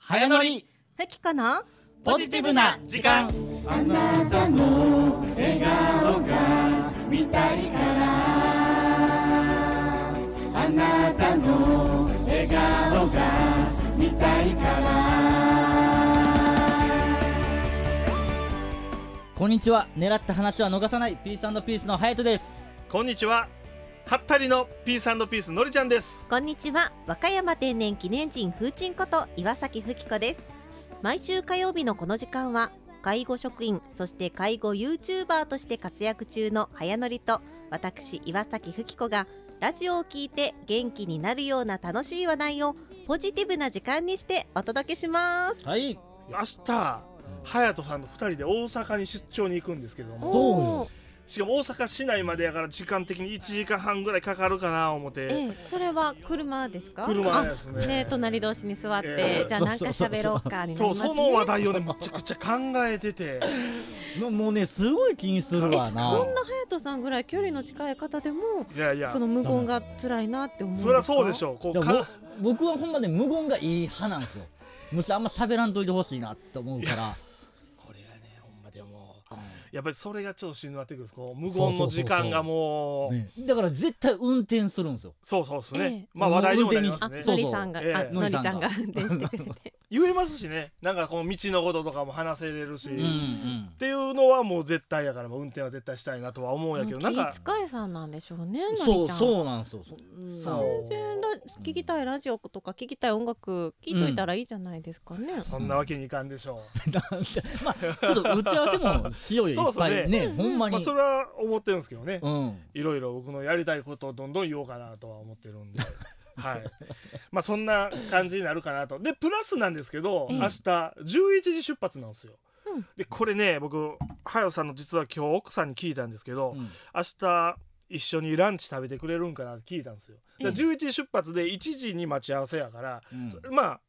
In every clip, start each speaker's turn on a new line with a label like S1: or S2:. S1: 早乗り
S2: ふきこの
S1: ポジティブな時間
S3: あなたの笑顔が見たいからあなたの笑顔が見たいから
S4: こんにちは狙った話は逃さないピースピースのハヤトです
S5: こんにちはハッタリのピースピースのりちゃんです
S2: こんにちは和歌山天然記念人風鎮こと岩崎ふきこです毎週火曜日のこの時間は介護職員そして介護 YouTuber として活躍中の早乗りと私岩崎ふきこがラジオを聞いて元気になるような楽しい話題をポジティブな時間にしてお届けします
S4: はい明
S5: 日隼人さんと2人で大阪に出張に行くんですけども
S4: そう
S5: しかも大阪市内までやから時間的に1時間半ぐらいかかるかな思って、え
S2: え、それは車ですか
S5: 車ですね
S2: ね隣同士に座って、えー、じゃあ何か喋ろうか、ね、
S5: そうその話題をねむちゃくちゃ考えてて
S4: もうねすごい気にするわな
S2: そんな隼人さんぐらい距離の近い方でもいやい やその無言が辛いなって思う
S5: そりゃそうでしょうこうか
S4: 僕はほんまね無言がいい派なんですよ むしろあんま喋らんといてほしいなって思うから
S5: これがねほんまでもやっぱりそれがちょっとしんどなってくるんですこう無言の時間がもう、ね、
S4: だから絶対運転するんですよ
S5: そうそうですね、えー、まあ話題にもなりますね
S2: のりさんが、えー、のりちゃんが運転してくれて
S5: 言えますしねなんかこの道のこととかも話せれるし、うんうん、っていうのはもう絶対やからもう運転は絶対したいなとは思うんやけど
S2: なんか気遣いさんなんでしょうね
S4: そうそうなんですよ
S2: そう全然聞きたいラジオとか聞きたい音楽聞いといたらいいじゃないですかね、うん、
S5: そんなわけにいかんでしょう
S4: まあちょっと打ち合わせもしようよいっぱいね、ね、ほんまに、まあ、
S5: それは思ってるんですけどね、うん、いろいろ僕のやりたいことをどんどん言おうかなとは思ってるん ではい、まあそんな感じになるかなとでプラスなんですけど、うん、明日11時出発なんですよ、うん、でこれね僕はよさんの実は今日奥さんに聞いたんですけど、うん、明日一緒にランチ食べてくれるんかなって聞いたんですよだ11時出発で1時に待ち合わせやから、うん、まあ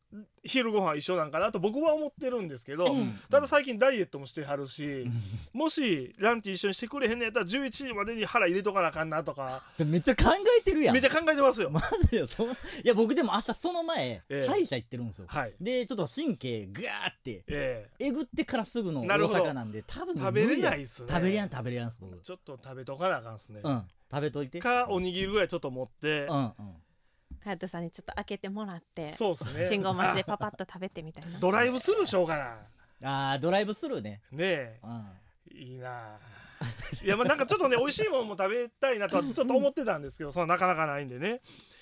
S5: 昼ご飯一緒なんかなと僕は思ってるんですけど、うん、ただ最近ダイエットもしてはるし、うん、もしランチ一緒にしてくれへんのやったら11時までに腹入れとかなあかんなとか
S4: めっちゃ考えてるやん
S5: めっちゃ考えてますよ
S4: マジでそいや僕でも明日その前、えー、歯医者行ってるんですよ、はい、でちょっと神経グーって、えー、えぐってからすぐの大阪なんで多分
S5: 食べれないっすね
S4: 食べれやん食べれやんす
S5: ちょっと食べとかなあかんっすね、
S4: うん、食べといて
S5: かおにぎりぐらいちょっと持って、うんうん
S2: 隼人さんにちょっと開けてもらって
S5: そうですね
S2: 信号待ちでパパッと食べてみたいな
S5: ドライブスルーしようか
S4: なあドライブスルーね
S5: ねえ、うん、いいないやまあなんかちょっとね美味しいものも食べたいなとはちょっと思ってたんですけどそのなかなかないんでね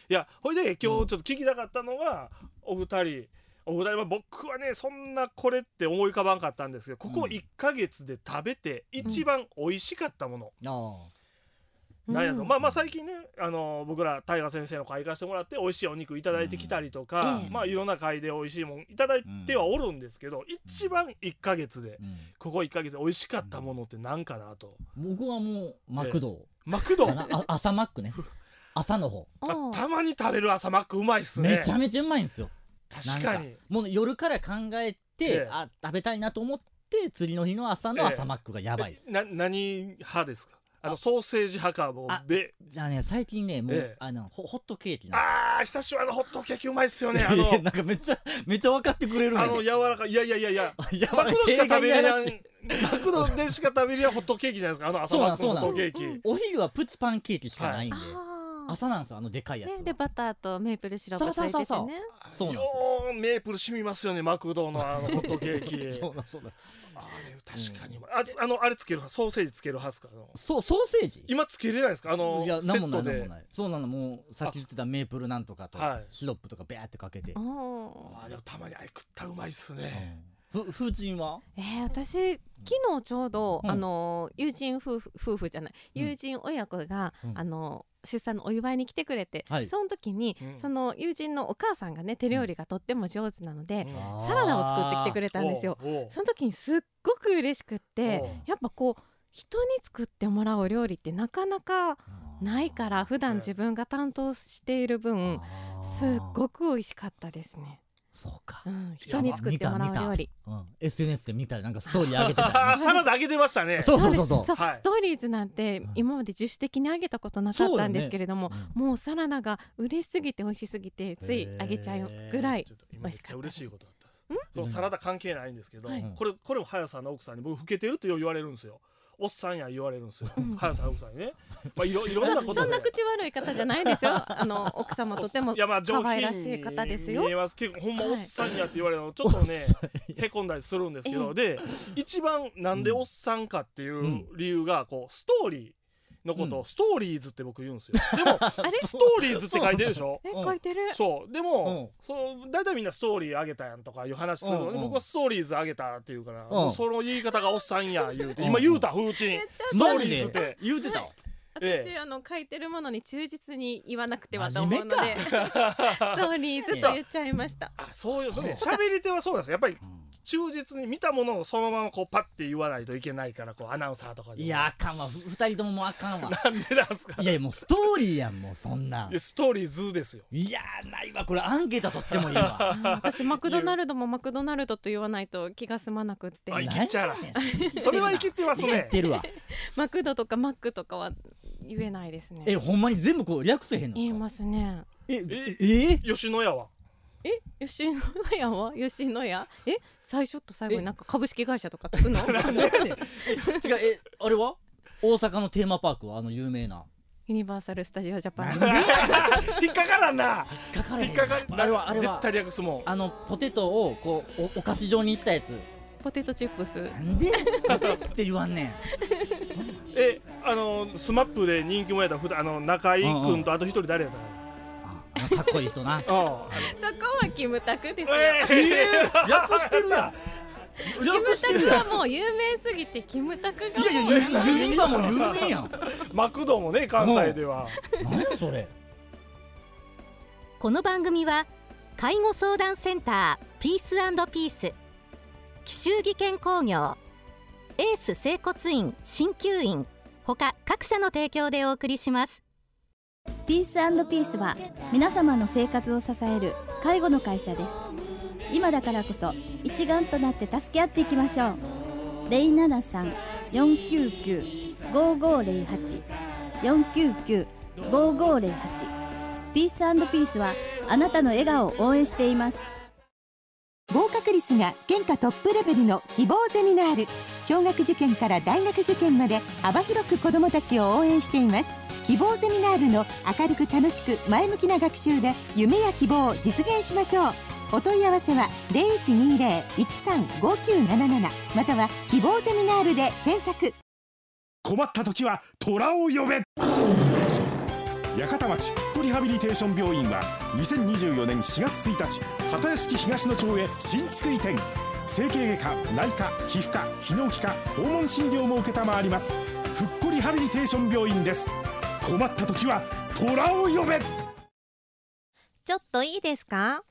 S5: いやほいで今日ちょっと聞きたかったのが、うん、お二人お二人は僕はねそんなこれって思い浮かばんかったんですけどここ1か月で食べて一番美味しかったもの、うん、ああなんやと、うん、まあまあ最近ね、あのー、僕ら大河先生の会行かしてもらって美味しいお肉頂いてきたりとか、うん、まあいろんな会で美味しいもん頂いてはおるんですけど、うん、一番1か月で、ここ1か月美味しかったものって何かなと、
S4: 僕はもうマクド
S5: マクド
S4: 朝マッ クね朝の方
S5: たまに食べる朝マックうまいっすね
S4: めちゃめちゃうまいんですよ
S5: 確かに
S4: もう夜から考えて、ええ、あ食べたいなと思って次の日の朝の朝マックがやばいです、
S5: え、な何派ですかあのソーセージ派かもべ
S4: じゃあね最近ねもう、ええ、あのホットケーキ
S5: ああ久しぶりのホットケーキうまいっすよねあの
S4: なんかめっちゃめっちゃ分かってくれる
S5: あ の柔らかいいやいやいやいやマクドしか食べれないマクドでしか食べれないホットケーキじゃないですかあの朝マックのホットケーキ、うん、
S4: お昼はプチパンケーキしかないんで、はい朝なんですよあのでかいやつ、
S2: ね、でバターとメープルシロップ添えててね
S4: そうなん
S5: ですメープルしみますよねマクドのあのホットケーキ
S4: そうだそうだ
S5: あれ確かに、うん、ああのあれつけるソーセージつけるはずか
S4: そうソーセージ
S5: 今つけれないですかあの
S4: いや何もない何もないそうなのもうさっき言ってたメープルなんとかと、はい、シロップとかベーってかけてあ
S5: あでもたまにあれ食ったうまいっすね、うん
S4: 風神は
S2: えー、私昨日ちょうど、うん、あの友人夫婦夫婦じゃない、うん、友人親子が、うん、あの出産のお祝いに来てくれて、はい、その時に、その友人のお母さんがね手料理がとっても上手なので、サラダを作ってきてくれたんですよその時にすっごく嬉しくってやっぱこう人に作ってもらう料理ってなかなかないから普段自分が担当している分すっごく美味しかったですね。
S4: そうか、
S2: うん、人に作ってもらう料理、
S4: うん、SNS で見たなんかストーリー上げてた、
S5: ね、 サラダ上げてましたね
S4: そうそうそうそう、
S2: はい、ストーリーズなんて今まで自主的に上げたことなかったんですけれども、ねうん、もうサラダが嬉しすぎて美味しすぎてつい上げちゃうぐらい美味しかった
S5: 嬉しいことだったですそうサラダ関係ないんですけど、これこれも早さんの奥さんに僕老けてるってよう言われるんですよ。おっさんや言われるんですよ。早さん奥さん にね。まあいろいろんなこと
S2: そんな口悪い方じゃないですよ。あの奥様とても可愛らしい方ですよ。
S5: 見えます結構ほんまおっさんやって言われるのちょっとねへこんだりするんですけど、で一番なんでおっさんかっていう理由がこうストーリー。のことをストーリーズって僕言うんですよ。で もストーリーズって書いてるでしょ。
S2: え書いてる。
S5: そうでもそうだいたいみんなストーリーあげたやんとかいう話するのに僕はストーリーズあげたっていうからその言い方がおっさんや言うて今言うた風鎮ストーリーズって
S4: 言うてた。
S2: 私、あの書いてるものに忠実に言わなくてはと思うので ストーリーズと言っちゃいました
S5: あそういうね喋り手はそうなんですやっぱり忠実に見たものをそのままこうパッて言わないといけないからこうアナウンサーとか
S4: いやあかんわ2人とももうあかん わ
S5: なんでなんすか
S4: いやもうストーリーやんもうそんな
S5: ストーリーズですよ
S4: いやないわこれアンケート取ってもいいわ
S2: 私マクドナルドもマクドナルドと言わないと気が済まなくって
S5: あいきっちゃらそれはいきってますね
S4: ってるわ
S2: マクドとかマックとかは言えないですね
S4: えほんまに全部こう略せへんの
S2: 言えますね
S5: えええ吉野家は
S2: え吉野家は吉野家え最初と最後になんか株式会社とかつ くの
S4: 違うえあれは大阪のテーマパークはあの有名な
S2: ユニバーサル・スタジオ・ジャパン
S5: 引っかからんな
S4: 引っかから
S5: 引っかか
S4: あれはあれ
S5: は絶対略すもん
S4: あのポテトをこうおお菓子状にしたやつ
S2: ポテトチップス
S4: なんでポテチって言わん ねん
S5: えあのスマップで人気もやったらあの中井君とあと一人誰やったの
S4: かっこいい人な。そ こ
S2: はキムタクですよ。
S4: えー、略してるやん。
S2: キムタクはもう有名すぎてキムタクが
S4: いやいやユニバも有名やん。
S5: マクドもね関西では。
S4: 何それ。
S6: この番組は介護相談センターピースピース奇襲技研工業エース整骨院鍼灸院ほか各社の提供でお送りします。
S7: ピースピースは皆様の生活を支える介護の会社です今だからこそ一丸となって助け合っていきましょう073-499-5508 499-5508ピースピースはあなたの笑顔を応援しています
S8: 合格率が現下トップレベルの希望ゼミナール小学受験から大学受験まで幅広く子どもたちを応援しています希望ゼミナールの明るく楽しく前向きな学習で夢や希望を実現しましょうお問い合わせは0120-135977または希望ゼミナールで検索
S9: 困った時は虎を呼べ八幡町復リハビリテーション病院は2024年4月1日片屋敷東の町へ新築移転整形外科内科皮膚科泌尿器科訪問診療も承ります復リハビリテーション病院です困った時は虎を呼べ
S2: ちょっといいですか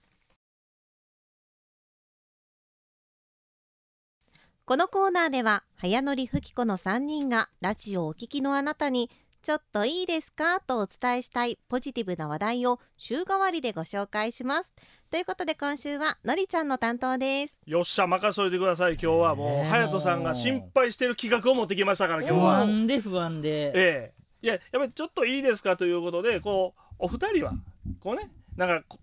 S2: このコーナーでは早乗りふき子の3人がラジオをお聞きのあなたにちょっといいですかとお伝えしたいポジティブな話題を週替わりでご紹介しますということで今週はのりちゃんの担当です。
S5: よっしゃ任せといてください今日はもう隼人さんが心配してる企画を持ってきましたから今日は
S4: 不安で不安で
S5: ええいややっぱりちょっといいですかということでこうお二人はこうねなんか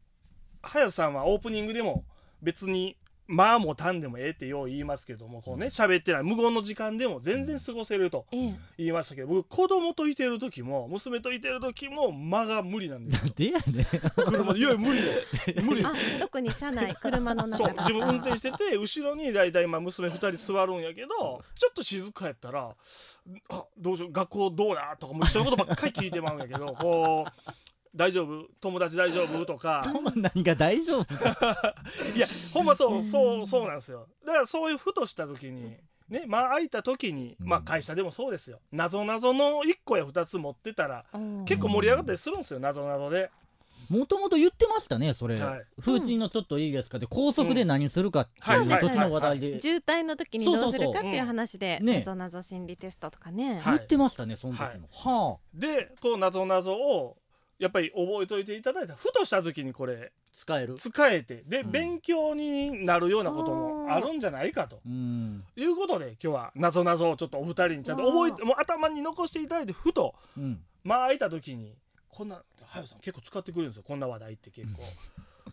S5: 隼さんはオープニングでも別に「まあもたんでもええ」ってよう言いますけどもこうね喋ってない無言の時間でも全然過ごせると言いましたけど、僕子供といてる時も娘といてる時も間が無理なんです
S4: よ。でやね
S5: 車でいや無理です無理です
S2: 特に車内車の中
S5: そう自分運転してて後ろに大体今娘2人座るんやけどちょっと静かやったら「あどうしよう学校どうだ?」とかもう一緒のことばっかり聞いてまうんやけどこう。大丈夫友達大丈夫とか
S4: 何が大丈夫
S5: いやほんまそうそうそうなんですよだからそういうふとした時にねまあ空いた時に、まあ会社でもそうですよなぞなぞの1個や2つ持ってたら、結構盛り上がったりするんですよなぞなぞで。
S4: もともと言ってましたねそれ、はい、風鎮のちょっといいですかで高速で何するかっていうそっちの話題で
S2: 渋滞の時にどうするかっていう話でなぞなぞ心理テストとかね
S4: 言ってましたねその時も、は
S5: あでこうなぞなぞをやっぱり覚えといていただいたふとした時にこれ
S4: 使える
S5: 使えてで、うん、勉強になるようなこともあるんじゃないかと、いうことで今日はなぞなぞをちょっとお二人にちゃんと覚えてもう頭に残していただいてふと、 うん、間空いた時にこんな「はよさん結構使ってくれるんですよこんな話題って結構。うん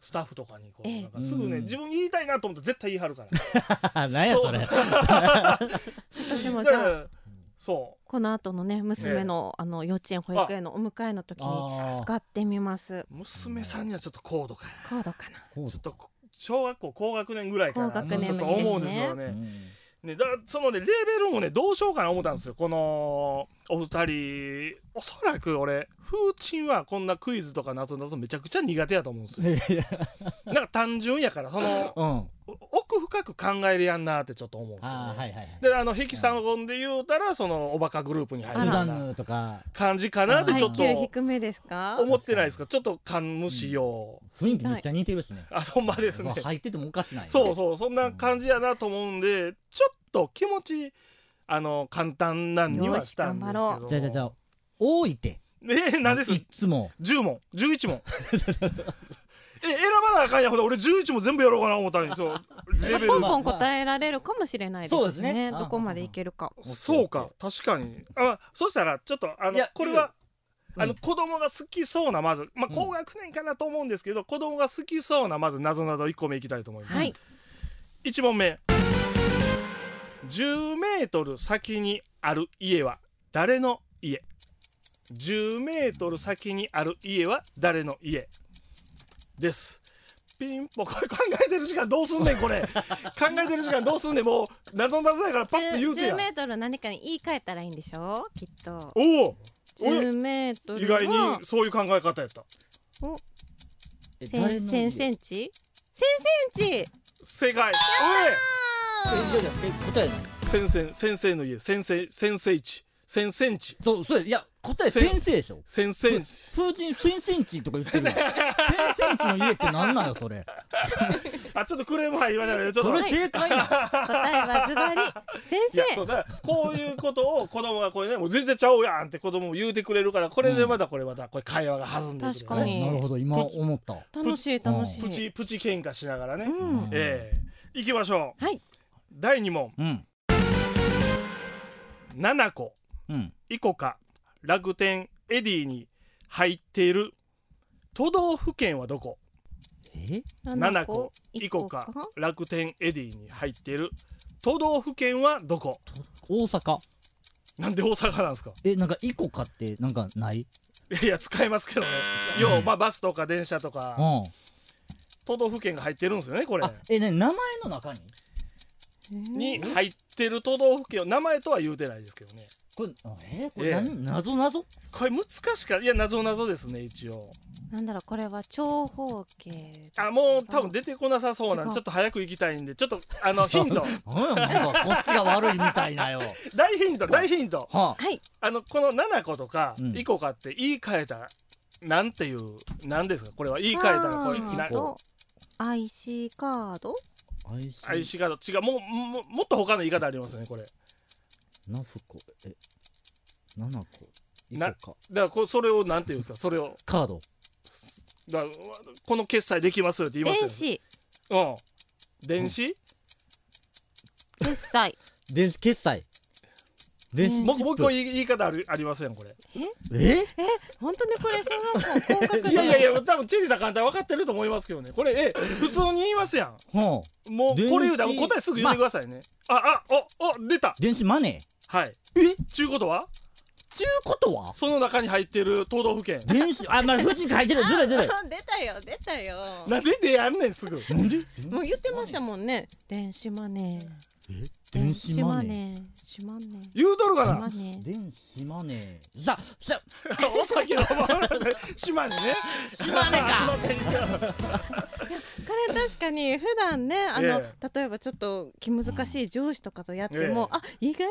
S5: スタッフとかにこうなんかすぐね自分言いたいなと思ったら絶対言い張るから
S4: 何やそれ
S2: 私もじゃあそうこの後のね娘の,、あの幼稚園保育園のお迎えの時に使ってみます
S5: 娘さんにはちょっと高度かな
S2: 高度かな
S5: ちょっと小学校高学年ぐらいかなとちょっと思うんですよね、ね、だそのねレーベルもねどうしようかな思ったんですよこのお二人おそらく俺風鎮はこんなクイズとか謎謎めちゃくちゃ苦手やと思うんですよ なんか単純やからその、うん、奥深く考えるやんなってちょっと思うんですよ、ね、はいはいはい、であのヘキサゴンで言うたらそのおバカグループに入るような感じかなってちょっと
S2: 低めですか
S5: 思ってないですかちょっと勘無視よ、
S4: うん、雰囲気めっちゃ似てるしね、
S5: あそんまですね
S4: 入っててもおかしない、ね、
S5: そうそうそんな感じやなと思うんでちょっと気持ちあの簡単なんにはしたんですけど
S4: じゃじゃじゃ多いて
S5: えー、何です
S4: いつも
S5: 10問11問 え選ばなあかんやほら俺11も全部やろうかな思ったんですよ
S2: レベ ルポンポン答えられるかもしれないですね、ね、どこまでいけるか
S5: そうか確かにあそしたらちょっとあのこれはあの子供が好きそうなまず、まあ、高学年かなと思うんですけど、うん、子供が好きそうなまずなぞなぞ1個目いきたいと思います、はい、1問目10メートル先にある家は誰の家10メートル先にある家は誰の家ですピンポンこれ考えてる時間どうすんねんこ れ考えてる時間どうすんねんもう謎謎やからパッと言うてや
S2: 10, メートル何かに言い換えたらいいんでしょきっと
S5: おお
S2: 10メートル
S5: 意外にそういう考え方やった
S2: お千千センチ千 センチ
S5: 正
S4: おい
S5: 解
S4: え答え
S5: 先生先生の家先生先生一先生んち
S4: そうそういや答え先生でしょ
S5: 先生んち
S4: 風神先生んちとか言ってる わ先生んちの家ってなんなんよそれ
S5: あちょっとクレーム入りました ねちょっと
S4: それ正解な
S2: 答えはズバリ先
S5: 生こういうことを子供がこれねもう全然ちゃうやんって子供も言うてくれるからこれでまだこれまだこれ会話が弾んでくる、
S2: ね、確かに
S4: なるほど今思った
S2: 楽しい楽しい
S5: プチプチ喧嘩しながらね、うん、ええー、いきましょ
S2: うはい
S5: 第2問、うん、7個、うん、イコカ楽天エディに入っている都道府県はどこ
S4: え
S5: 7個イコカ楽天エディに入っている都道府県はどこ
S4: 大阪
S5: なんで大阪なんですか
S4: えなんかイコカってなんかない
S5: いや使いますけどねよう、まあ、バスとか電車とか、うん、都道府県が入ってるんですよねこれ
S4: え、ね、名前の中に
S5: に入ってる都道府県名前とは言うてないですけどね
S4: これえー、これ何、えー、謎謎
S5: これ難しかいや謎謎ですね一応
S2: なんだろうこれは長方形
S5: あもう多分出てこなさそうなんちょっと早く行きたいんでちょっとあ のヒン ト
S4: なんかこっちが悪いみたいな よ
S5: 大ヒント大ヒント
S2: はい、
S5: あのこの7個とか、うん、イコカって言い換えたなんていうなんですかこれは言い換えたらこれ何
S2: IC カード
S5: IC カード違うもももっと他の言い方ありますねこれ
S4: 何個え7個なだから
S5: こそれをなんていうんですかそれを
S4: カード
S5: だこの決済できますよって言いますよ、
S2: 電子
S5: うん電子、
S2: うん、決済
S4: 電子決済
S5: 電子もう一個言い方あるありませんこれ
S4: ええ
S2: え本当にこれ小学校高学
S5: いやいやいや多分チェリーさん簡単分かってると思いますけどねこ れえ普通に言いますやん、
S4: は
S5: あ、もうこれ言うたら答えすぐ言ってくださいね、まああおお出た
S4: 電子マネ
S5: ーはい
S4: え
S5: ちゅうことは
S4: ちゅうことは
S5: その中に入ってる都道府 県
S4: 電子あまあ富士に入ってるずれずれ
S2: 出たよ出たよ
S5: なんででやんねんすぐ
S4: なんで
S2: もう言ってましたもんね電子マネー
S4: え電子マネー
S2: 島根
S5: 言うとるかな
S4: 電子マネーささ
S5: お酒の島根ね
S4: 島 根か
S2: これ確かに普段ねあの、ええ、例えばちょっと気難しい上司とかとやっても、ええ、あ意外にわ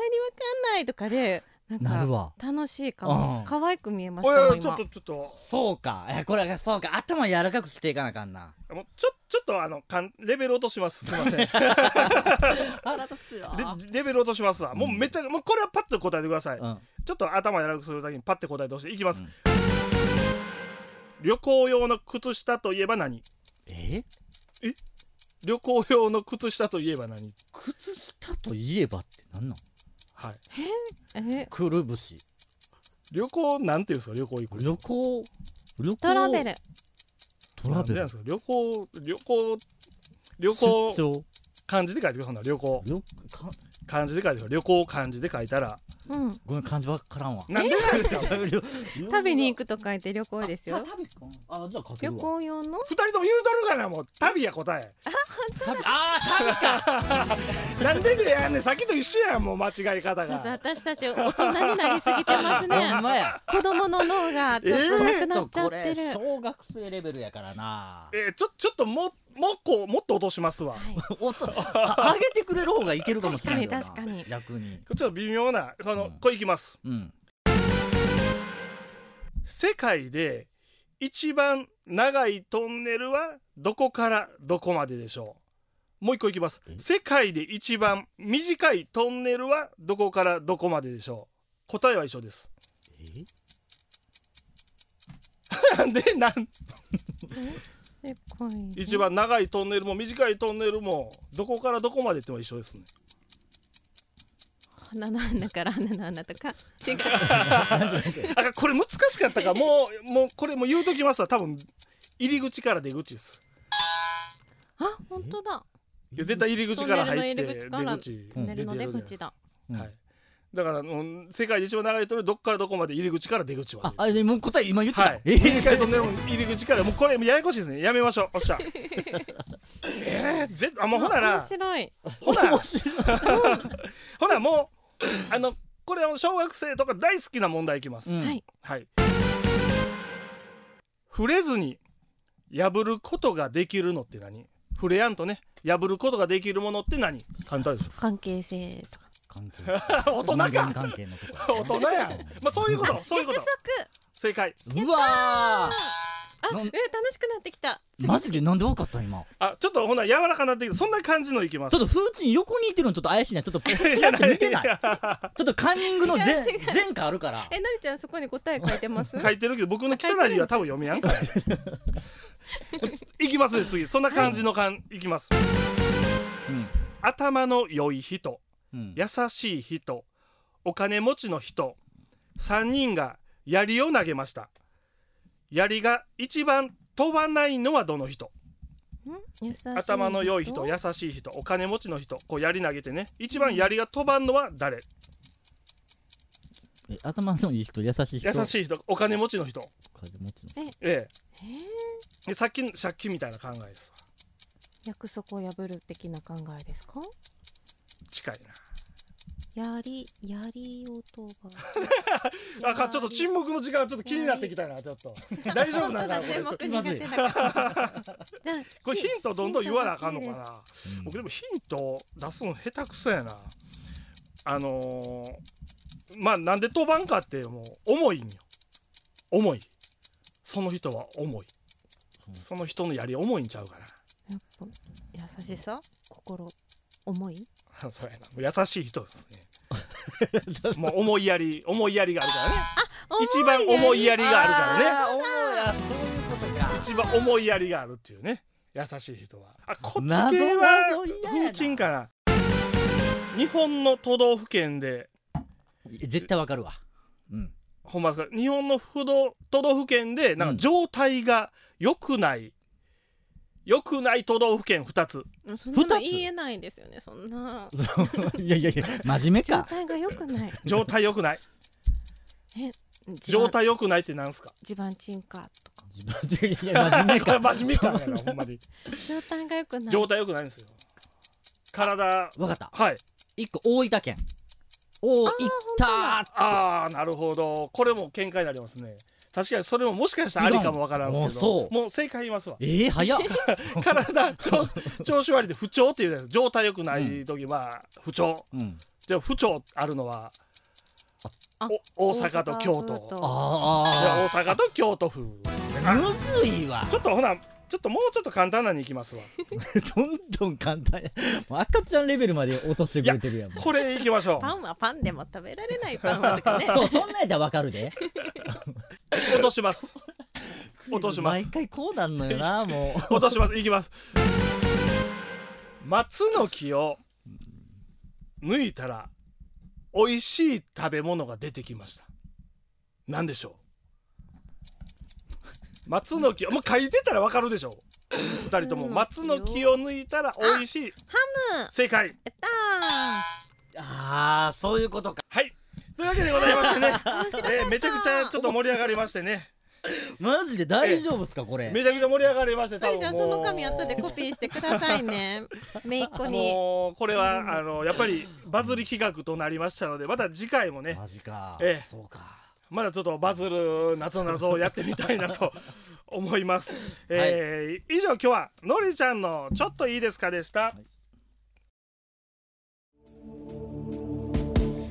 S2: かんないとかでなんか楽しいかも、うん、可愛く見えました
S5: ねちょっとちょっと
S4: そうかえこれそうか頭柔らかくしていかなあかんな
S5: もうちょちょっとあのかんレベル落としますすいま せんレベル落としますわもうめっちゃ、もうこれはパッと答えてください、うん、ちょっと頭柔らかくするだけにパッて答えてほしいいきます、うん、旅行用の靴下といえば何
S4: え
S5: え旅行用の靴下といえば何
S4: 靴下といえばって何なん
S5: はい。
S2: え、え、
S4: くるぶし。
S5: 旅行なんていうんですか、旅行行く。
S4: 旅行。旅行
S2: トラベル。
S5: トラベル旅行旅行旅行漢字で書いてください旅行漢字で書いて旅行漢字で書いたら、
S2: うん、
S4: ごめん漢字わからんわ
S5: なんでなんですか
S2: 食べに行くと書いて旅行ですよ
S4: あじゃあ
S2: 旅行用の
S5: 二人とも言うとるがなもう旅や答え
S4: ああ旅か
S5: なんででやんねさっきと一緒やんもう間違い方が
S2: 私たち大人になりすぎてます ね子供の脳がちょっとなくなっちゃってる、えー、
S4: 小学生レベルやからな
S5: えー、ちょちょっとももっこもっと落としますわ、はい、
S4: 上げてくれる方がいけるかもしれない
S2: 確かに
S4: 逆に
S5: ちょっと微妙なこの、うん、これいきます、
S4: うん、
S5: 世界で一番長いトンネルはどこからどこまででしょうもう一個いきます世界で一番短いトンネルはどこからどこまででしょう答えは一緒です
S4: え
S5: なんでなん
S2: 一
S5: 番長いトンネルも短いトンネルもどこからどこまでっても一緒ですね
S2: 鼻の穴から 鼻の穴とか 違う
S5: あこれ難しかったかもうもうこれも言うときますわ多分入り口から出口です
S2: あ本当だ
S5: いや絶対入り口から入って出口
S2: トンネルの出口だ、
S5: うん、はいだから、うん、世界で一番長いトンネルどこからどこまで入り口から出口は、
S4: あでも答え今言ったはい
S5: えー、世界トンネル入り口からもうこれややこしいですねやめましょうおっしゃえー、ぜあもうほなな
S2: 面白い
S5: ほなほなもうあのこれは小学生とか大好きな問題いきます。
S2: うん、はい、
S5: はい、触れずに破ることができるのって何触れやんとね破ることができるものって何簡単でしょ
S2: 関係性とか
S4: 関係
S5: 大人か関係のとか、ね、 大人やまあそういうこと そういうこと正解
S4: うわ
S2: あ、え楽しくなってきた。
S4: マジでなんでわかった今。
S5: あ、ちょっとほな柔らかなってそんな感じのいきます。
S4: ちょっと風神横にいてるのちょっと怪しいな。ちょっとちょっとカンニングの前前科あるから。
S2: え、のりちゃんそこに答え書いてます？
S5: 書いてるけど僕の汚い字は多分読めやんから。いきますね次。そんな感じの感、はい、いきます。うん、頭の良い人、うん、優しい人、お金持ちの人、三人が槍を投げました。槍が一番飛ばないのはどの人頭の良い人優しい人お金持ちの人こう槍投げてね一番槍が飛ばんのは誰、
S4: うん、頭のいい人優しい人
S5: 優しい人お金持ちの人
S4: お金持ちの
S5: えええさっきさっきみたいな考えです
S2: 約束を破る的な考えですか
S5: 近いな
S2: やり、やり音が。
S5: あか、ちょっと沈黙の時間、ちょっと気になってきたな、ちょっと。 大丈夫なんだ、これ。これヒントどんどん言わなあかんのかな。僕でもヒント出すの下手くそやな。あのー、まあ、なんで飛ばんかって、もう、重いんよ。重い。その人は重い。その人のやり重いんちゃうかな。
S2: 優しさ、心、重い。
S5: そうやな。優しい人です ね。もう思いやり、思いやりがあるからね。一番思いやりがあるからね。一番思いやりがあるっていうね。優しい人は。あ、こっち系は風鎮かな。日本の都道府県で。
S4: 絶対わかるわ。うん。
S5: ほんまですか。日本の不動都道府県で、なんか状態が良くない。うん良くない都道府県2つ
S2: そんなの言えないですよねそんな
S4: いやいやいや真面目か
S2: 状 態が良くない
S5: 状態良く ない
S2: え
S5: 状態良くないってなんすか
S2: 地盤沈下とか
S4: 地盤沈下いや真面目 か
S5: 真面目かやなほんまに
S2: 状態が良くない
S5: 状態良くないんですよ体わ
S4: かった
S5: はい
S4: 一個大分県おおいった
S5: ああなるほどこれも見解になりますね確かにそれももしかしたらありかもわからんすけどもう正解言いますわ
S4: ええー、早っ
S5: 体調 調子悪いで不調っていうやつ状態良くない時は不調、
S4: うん、
S5: じゃあ不調あるのはお大阪と京都
S4: あ
S5: 大阪と京都府む
S4: ずいわ
S5: ちょっとほなちょっともうちょっと簡単なにいきますわ
S4: どんどん簡単赤ちゃんレベルまで落としてくれてるやん
S5: これいきましょう
S2: パンはパンでも食べられないパンはとかね
S4: そうそんなやったらわかるで
S5: 落とします落とします
S4: 毎回こうなんのよなも
S5: う落としますいきます松の木を抜いたら美味しい食べ物が出てきました何でしょう松の木をもう書いてたらわかるでしょ二人とも松の木を抜いたら美味しい
S2: ハム
S5: 正解
S2: やった
S4: あーそういうことか
S5: はいというわけでございまし てね、えーめちゃくちゃちょっと盛り上がりましてね
S4: マジで大丈夫ですかこれ
S5: めちゃくちゃ盛り上がりまして
S2: カリちゃんその紙後でコピーしてください ねめいっ子に
S5: もうこれはあのやっぱりバズり企画となりましたのでまた次回もね
S4: マジか
S5: ええ
S4: そうか
S5: まだちょっとバズるなぞなぞをやってみたいな と思います、えー以上今日はのりちゃんのちょっといいですかでした、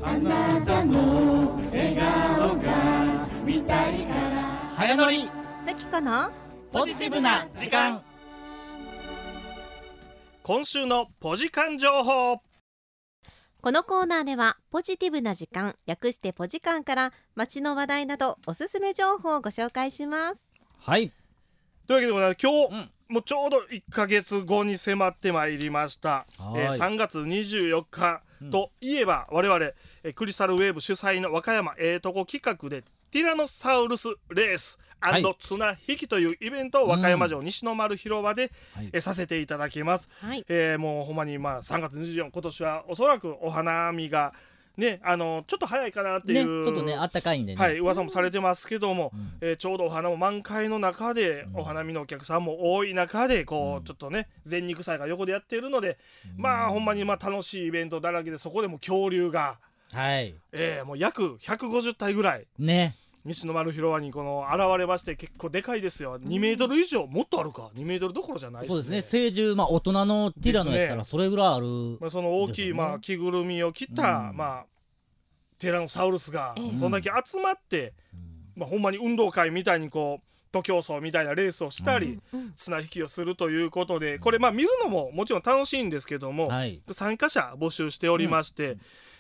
S3: あなたの笑顔が見たいから
S4: 早乗り
S2: だきかな
S1: ポジティブな時間
S5: 今週のポジカン情報
S2: このコーナーではポジティブな時間略してポジカンから街の話題などおすすめ情報をご紹介します
S4: はい
S5: というわけでございます今日、
S4: うん
S5: もうちょうど1か月後に迫ってまいりました、
S4: はい
S5: えー、3月24日といえば、我々、えークリスタルウェーブ主催の和歌山ええとこ企画でティラノサウルスレース
S4: はい
S5: 綱引きというイベントを和歌山城西の丸広場で、
S4: はい
S5: えーさせていただきます、
S2: はい
S5: えーもうほんまにまあ3月24今年はおそらくお花見がねあのちょっと早いかなってい
S4: ね
S5: う、
S4: ちょっとねあったかいんでね
S5: はい、噂もされてますけども、
S4: うん
S5: えーちょうどお花も満開の中で、
S4: うん
S5: お花見のお客さんも多い中でこう、
S4: うん
S5: ちょっとね全肉祭が横でやっているので、まあほんまにまあ楽しいイベントだらけでそこでもう恐竜が、
S4: はい
S5: えーもう約150体ぐらい
S4: ね
S5: 西の丸広場にこの現れまして結構でかいですよ2メートル以上もっとあるか2メートルどころじゃないです
S4: そう
S5: ね
S4: ですね成獣まあ大人のティラノやった
S5: で
S4: ら
S5: す
S4: それぐらいある
S5: まあ、その大き
S4: です
S5: い、
S4: よね
S5: まあ、着ぐるみを着た、
S4: うん
S5: まあティラノサウルスが、
S2: うん
S5: そんだけ集まって、まあ、ほんまに運動会みたいにこう徒競走みたいなレースをしたり、
S2: うん
S5: 綱引きをするということでこれまあ見るのももちろん楽しいんですけども、
S4: はい
S5: 参加者募集しておりまして、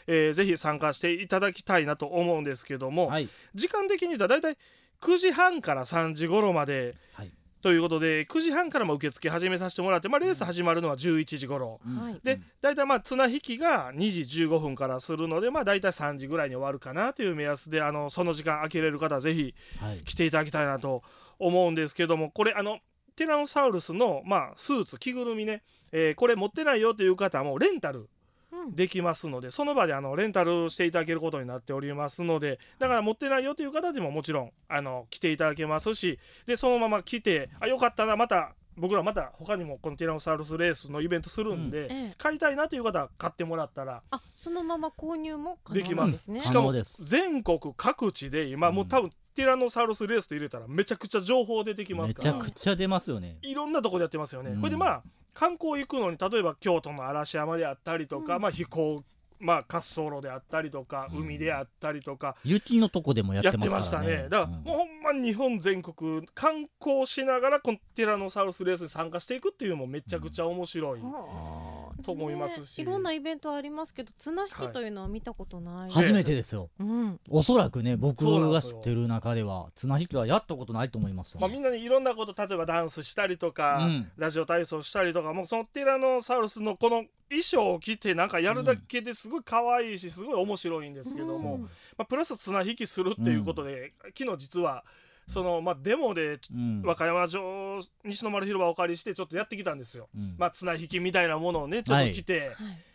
S5: えーぜひ参加していただきたいなと思うんですけども、
S4: はい
S5: 時間的に言うと大体9時半から3時頃まで。
S4: はい
S5: ということで9時半からも受付始めさせてもらって、まあ、レース始まるのは11時頃、
S2: はい
S5: で大体まあ綱引きが2時15分からするのでまあ大体3時ぐらいに終わるかなという目安であのその時間空けれる方はぜひ
S4: はい
S5: 来ていただきたいなと思うんですけどもこれあのティラノサウルスの、まあ、スーツ着ぐるみね、えーこれ持ってないよという方もレンタル
S2: うん
S5: できますので、その場であのレンタルしていただけることになっておりますのでだから持ってないよという方でももちろんあの来ていただけますしでそのまま来てあよかったらまた僕らまた他にもこのティラノサウルスレースのイベントするんで、
S2: んええ
S5: 買いたいなという方は買ってもらったら
S2: あそのまま購入も可
S5: で
S2: 能
S5: き
S2: な
S5: ま
S2: ん
S5: す
S2: ですね
S5: しか
S4: 可能
S5: も
S4: です
S5: 全国各地で今もう多分ティラノサウルスレースと入れたらめちゃくちゃ情報出てきます
S4: め
S5: か
S4: ちゃ
S5: ら
S4: くちゃ出ますよね
S5: いろんなとこでやってますよね、
S4: うん
S5: これでまあ観光行くのに例えば京都の嵐山であったりとか、まあ飛行まあ滑走路であったりとか
S4: うん
S5: 海であったりとか、
S4: 雪のとこでもや
S5: や
S4: っ
S5: って
S4: て
S5: ま
S4: ま
S5: し
S4: す
S5: た
S4: から
S5: ね
S4: ね
S5: だから
S4: うん
S5: もうほんま日本全国観光しながらこのティラノサウルスレースに参加していくっていうのもめちゃくちゃ面白い、
S2: はあ
S5: と思いますし
S2: ねいろんなイベントありますけど綱引
S5: はい
S2: きというのは見たことない、
S5: は
S4: 初めてですよ
S2: うん
S4: おそらくね僕
S5: そうなんで
S4: が
S5: す
S4: 知
S5: よ
S4: ってる中では綱引きはやったことないと思いますよ、
S5: ま
S4: ね
S5: あ、みんなにいろんなこと例えばダンスしたりとか、
S4: うん
S5: ラジオ体操したりとかもうそのティラノサウルスのこの衣装を着てなんかやるだけですごい可愛いしすごい面白いんですけども、
S2: うん
S5: まあ、プラス綱引きするっていうことで、昨日実はその、まあ、デモで
S4: うん
S5: 和歌山城西の丸広場をお借りしてちょっとやってきたんですよ。
S4: うん
S5: まあ、綱引きみたいなものをねちょっと着て、
S2: はい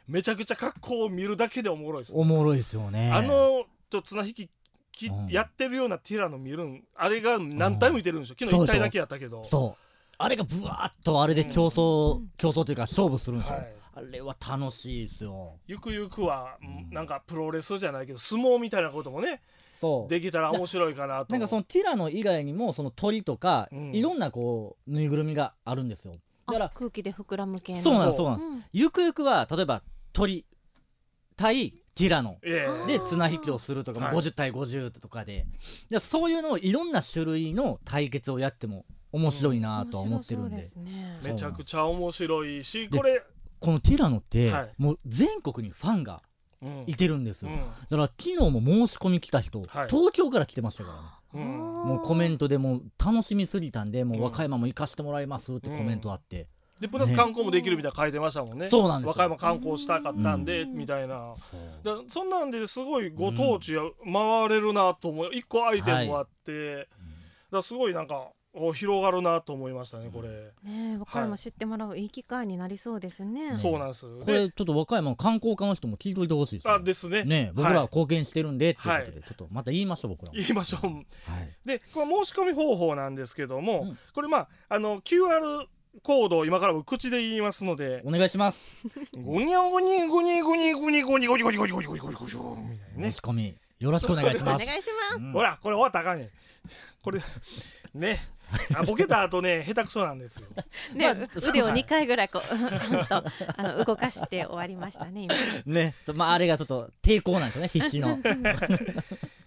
S5: めちゃくちゃ格好を見るだけでおもろいです。
S4: おもろいですよね
S5: あのちょっと綱引きき
S4: うん
S5: やってるようなティラノ見るんあれが何体もいてるんでしょ昨日
S4: そう
S5: 1
S4: そう
S5: 体だけやったけど
S4: そうあれがブワーッとあれで競争、競争というか勝負するんですよ、
S5: はい
S4: あれは楽しいですよ
S5: ゆくゆくは、
S4: うん
S5: なんかプロレスじゃないけど相撲みたいなこともね
S4: そう
S5: できたら面白いかなと
S4: なんかそのティラノ以外にもその鳥とか、
S5: うん
S4: いろんなこうぬいぐるみがあるんですよだから
S2: あ空気で膨らむ系の
S4: そうなんですそうなんです、
S2: うん
S4: ゆくゆくは例えば鳥対ティラノ
S5: え
S2: あ
S4: で綱引きをするとか、まあ
S5: はい
S4: 50対50とかででそういうのをいろんな種類の対決をやっても面白いなとは思ってるんで,、
S2: 面白そうです
S5: え
S2: ね
S5: めちゃくちゃ面白いし
S4: で
S5: これ、
S4: このティラノって、
S5: はい
S4: もう全国にファンが
S5: うん
S4: いてるんです
S5: う
S4: よ、
S5: ん
S4: だから昨日も申し込み来た人、
S5: はい
S4: 東京から来てましたからね
S5: うん
S4: もうコメントでもう楽しみすぎたんでもう
S5: うん
S4: 和歌山も行かしてもらいますってコメントあって、
S5: でプラス観光もできるみたいなの書いてましたもんね
S4: そうなんですよ
S5: 和歌山観光したかったんで、
S2: うん
S5: みたいな
S4: そう
S5: だそんなんですごいご当地や回れるなと思う一個アイテムもあって、だからすごいなんかお広がるなと思いましたねこれ。
S2: ね和歌山知ってもらういい機会になりそうですね。
S5: はい、そうなんです。こ
S4: れちょっと和歌山の観光課の人も聞いといてほしいです、
S5: ね。あですね。
S4: ね僕らは貢献してるんでっていうことで、はい、ちょっとまた言いましょう僕らも。
S5: 言いましょう。はい、でこの申し込み方法なんですけども、うん、これまああの QR コードを今から口で言いますので
S4: お願いします
S5: ゴニャゴニャゴニャゴニャゴニャゴニャゴニャゴニャゴニャゴニャゴニャゴニャゴニ
S4: ャゴニよろしくお願いします
S2: お願いします、
S5: ほらこれ終わったらあかんねこれねあボケた後ね下手くそなんですよ
S2: ね、腕を2回ぐらいこう とあの動かして終わりましたね
S4: ねまああれがちょっと抵抗なんです ね必死の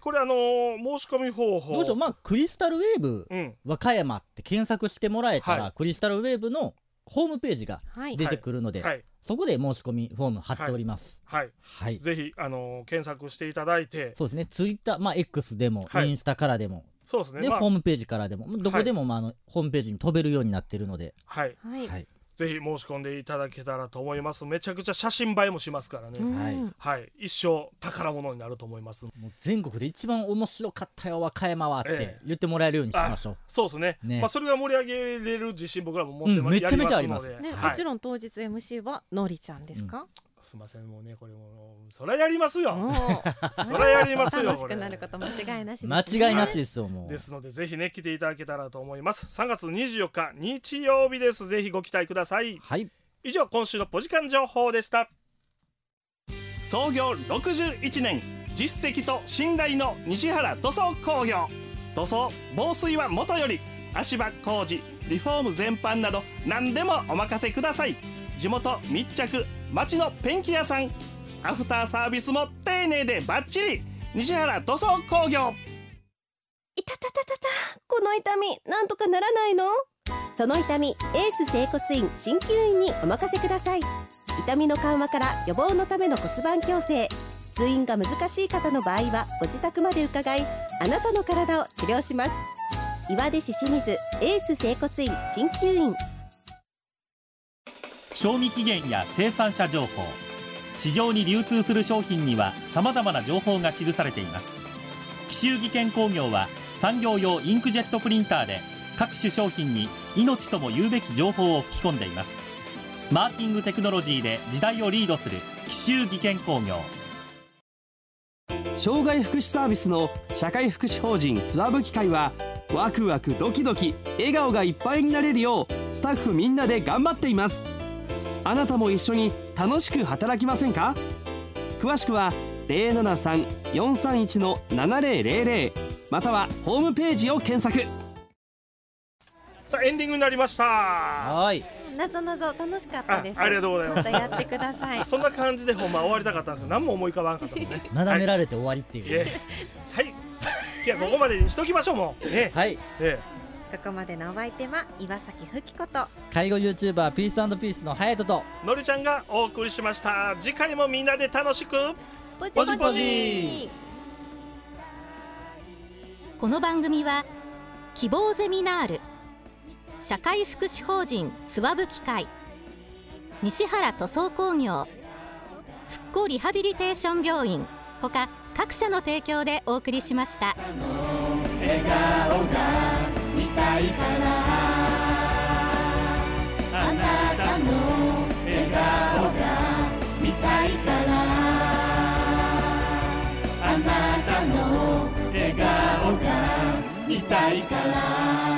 S5: これあのー、申し込み方法
S4: どうしようまあクリスタルウェーブ、うん、和歌山って検索してもらえたら、はい、クリスタルウェーブのホームページが出てくるので、はい、そこで申し込みフォーム貼っております
S5: はい、はい、ぜひ、あのー、検索していただいて
S4: そうですねツイッター、まあ、X でも、インスタからでも
S5: そうですね
S4: で、ホームページからでもどこでも、まあ、あのホームページに飛べるようになってるので
S5: はい、はいぜひ申し込んでいただけたらと思います。めちゃくちゃ写真映えもしますからね。はい、はい、一生宝物になると思います。も
S4: う全国で一番面白かったよ和歌山はって言ってもらえるようにしましょう。ええ、
S5: そうですね。ねまあそれが盛り上げれる自信僕らも持ってます。
S4: うん、めちゃめちゃあります。
S2: ね、はい、もちろん当日 MC はのりちゃんですか。うん
S5: すみませんもうねこれもそりゃやりますよ。 そりゃやりますよ。
S2: 楽しくなること間違いなし
S4: 間違いなしですよも
S5: う。ですのでぜひね来ていただけたらと思います。3月24日日曜日です。ぜひご期待ください。
S4: はい。
S5: 以上今週のポジカン情報でした。
S10: 創業61年実績と信頼の西原塗装工業塗装防水はもとより足場工事リフォーム全般など何でもお任せください。地元密着町のペンキ屋さんアフターサービスも丁寧でバッチリ西原塗装工業
S11: いたたたたたこの痛みなんとかならないのその痛みエース整骨院鍼灸院にお任せください痛みの緩和から予防のための骨盤矯正通院が難しい方の場合はご自宅まで伺いあなたの体を治療します岩出市清水エース整骨院鍼灸院
S12: 賞味期限や生産者情報市場に流通する商品にはさまざまな情報が記されています奇襲技研工業は産業用インクジェットプリンターで各種商品に命とも言うべき情報を吹き込んでいますマーキングテクノロジーで時代をリードする奇襲技研工業
S13: 障害福祉サービスの社会福祉法人つわぶ機会はワクワクドキドキ笑顔がいっぱいになれるようスタッフみんなで頑張っていますあなたも一緒に楽しく働きませんか詳しくは073-431-7000またはホームページを検索
S5: さあエンディングになりました
S4: はい
S2: なぞなぞ楽しかったです
S5: ありがとうございます
S2: やってください
S5: そんな感じでほんま終わりたかったんですけど何も思い浮かばなかったですね
S4: 斜められて終わりっていう、ね、
S5: はい、いやここまでにしときましょうもう、ね、
S4: はい、
S2: え
S5: え
S2: ここまでのお相手は岩崎ふきこと
S4: 介護 YouTuber ピースピースのハヤトと
S5: のりちゃんがお送りしました次回もみんなで楽しく
S2: ポジポジポジ
S6: この番組は希望ゼミナール社会福祉法人つわぶ機会西原塗装工業復興リハビリテーション病院ほか各社の提供でお送りしました。
S3: 笑顔が見たいからあなたの笑顔が見たいからあなたの笑顔が見たいから